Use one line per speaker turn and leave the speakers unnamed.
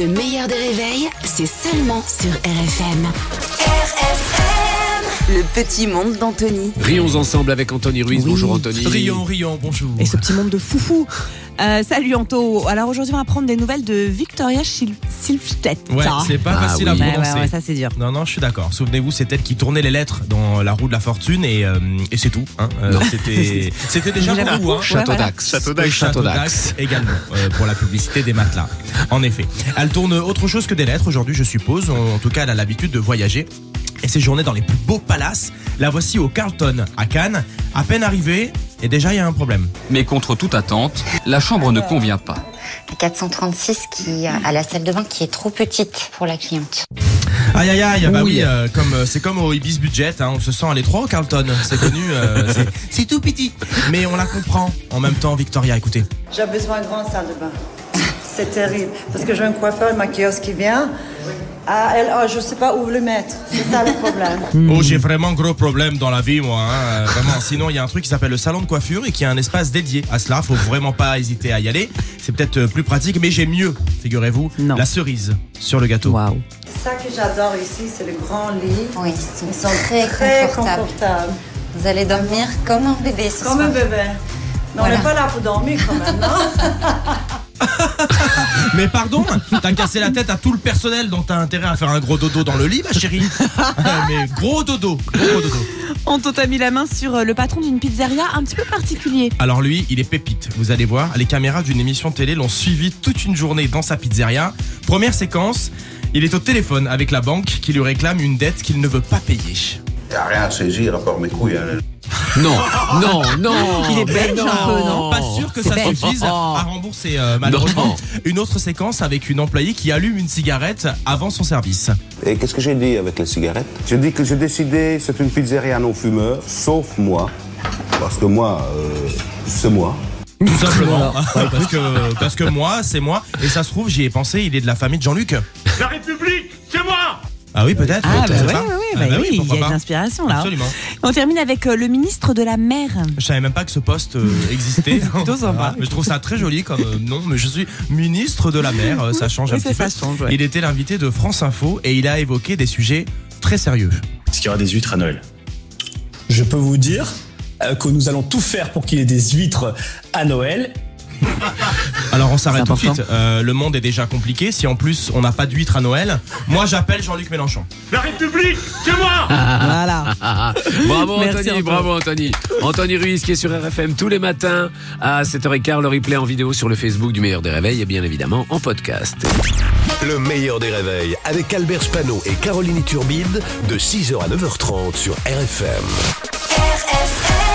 Le meilleur des réveils, c'est seulement sur RFM. RFM Le petit monde d'Anthony.
Rions ensemble avec Anthony Ruiz.
Oui.
Bonjour Anthony.
Riant, riant, bonjour.
Et ce petit monde de foufou. Euh, salut Anto. Alors aujourd'hui, on va prendre des nouvelles de Victoria Sil- Silvstedt.
Ouais, c'est pas
Ah oui.
facile à
Ouais, ouais,
prononcer.
ouais, ça c'est dur.
Non, non, je suis d'accord. Souvenez-vous, c'est elle qui tournait les lettres dans la roue de la fortune et, euh, et c'est tout. Hein. Euh, c'était, c'était déjà
Déjà
beaucoup.
beaucoup.
Hein.
Château
Ouais, voilà.
d'Axe.
Château d'Axe.
Oui, Château
Château d'Axe également euh, pour la publicité des matelas. En effet, elle tourne autre chose que des lettres aujourd'hui, je suppose. En en tout cas, elle a l'habitude de voyager. Et séjourner dans les plus beaux palaces, la voici au Carlton à Cannes. À peine arrivée, et déjà il y a un problème.
Mais contre toute attente, la chambre ne convient pas.
à 436 qui euh, à la salle de bain qui est trop petite pour la cliente.
Aïe aïe aïe, bah
Oui.
oui, euh, comme euh, c'est comme au Ibis Budget, hein, on se sent à l'étroit au Carlton, c'est connu, euh, c'est- c'est tout petit, mais on la comprend. En même temps, Victoria, écoutez.
J'ai besoin de grande salle de bain. C'est terrible. Parce que j'ai un coiffeur, une maquilleuse qui vient. Ah, elle, ah, je sais pas où le mettre. C'est ça le problème.
Oh, j'ai vraiment gros problème dans la vie, moi. hein, euh, vraiment. Sinon, il y a un truc qui s'appelle le salon de coiffure et qui a un espace dédié à cela. Faut vraiment pas hésiter à y aller. C'est peut-être euh, plus pratique, mais j'ai mieux, figurez-vous,
Non.
la cerise sur le gâteau.
Waouh.
ça que j'adore ici, c'est le grand lit.
Oui, ils
Ils
sont très
très
confortables.
confortables.
Vous allez dormir comme un bébé ce
Comme un
soir.
bébé. Non,
Voilà.
on n'est pas là pour dormir quand même, non
Mais pardon, t'as cassé la tête à tout le personnel dont t'as intérêt à faire un gros dodo dans le lit, ma chérie. mais gros dodo, gros dodo.
Anto t'a mis la main sur euh, le patron d'une pizzeria un petit peu particulier.
Alors lui, il est pépite. Vous allez voir, les caméras d'une émission télé l'ont suivi toute une journée dans sa pizzeria. Première séquence, il est au téléphone avec la banque qui lui réclame une dette qu'il ne veut pas payer.
Y'a rien à saisir à part mes couilles. hein.
Non, non, non. Oh.
Il est
mais
belge un peu, non
Pas sûr que
c'est
ça
Oh. bête.
suffise à rembourser euh, malheureusement. Une autre séquence avec une employée qui allume une cigarette avant son service.
Et qu'est-ce que j'ai dit avec les cigarettes J'ai dit que j'ai décidé, c'est une pizzeria non fumeur, sauf moi. Parce que moi, euh, c'est moi.
Tout simplement. parce, que, parce que moi, c'est moi. Et ça se trouve, j'y ai pensé, il est de la famille de Jean-Luc.
La République, c'est moi
Ah oui, peut-être.
Ah bah
peut-être,
ouais, ouais,
c'est ça.
ouais,
Ah
bah
bah
oui, il y
pourquoi
a de
pas.
l'inspiration là. hein.
Absolument.
On termine avec euh, le ministre de la mer.
Je savais même pas que ce poste euh, existait. C'est
plutôt sympa.
je trouve ça très joli comme euh, nom, mais je suis ministre de la mer, euh, ça change un
Oui,
petit
ça
peu.
change, ouais.
Il était l'invité de France Info et il a évoqué des sujets très sérieux.
Est-ce qu'il y aura des huîtres à Noël
Je peux vous dire euh, que nous allons tout faire pour qu'il y ait des huîtres à Noël.
Alors on s'arrête
C'est
tout de
important.
suite. Euh, le monde est déjà compliqué. Si en plus on n'a pas d'huître à Noël, moi j'appelle Jean-Luc Mélenchon.
La République, c'est moi
Voilà.
Ah, ah. bravo
Merci,
Anthony,
Antoine.
bravo Anthony. Anthony Ruiz qui est sur RFM tous les matins à 7h15, le replay en vidéo sur le Facebook du meilleur des réveils et bien évidemment en podcast.
Le meilleur des réveils avec Albert Spano et Caroline Turbide de 6h à 9h30 sur RFM.
RFM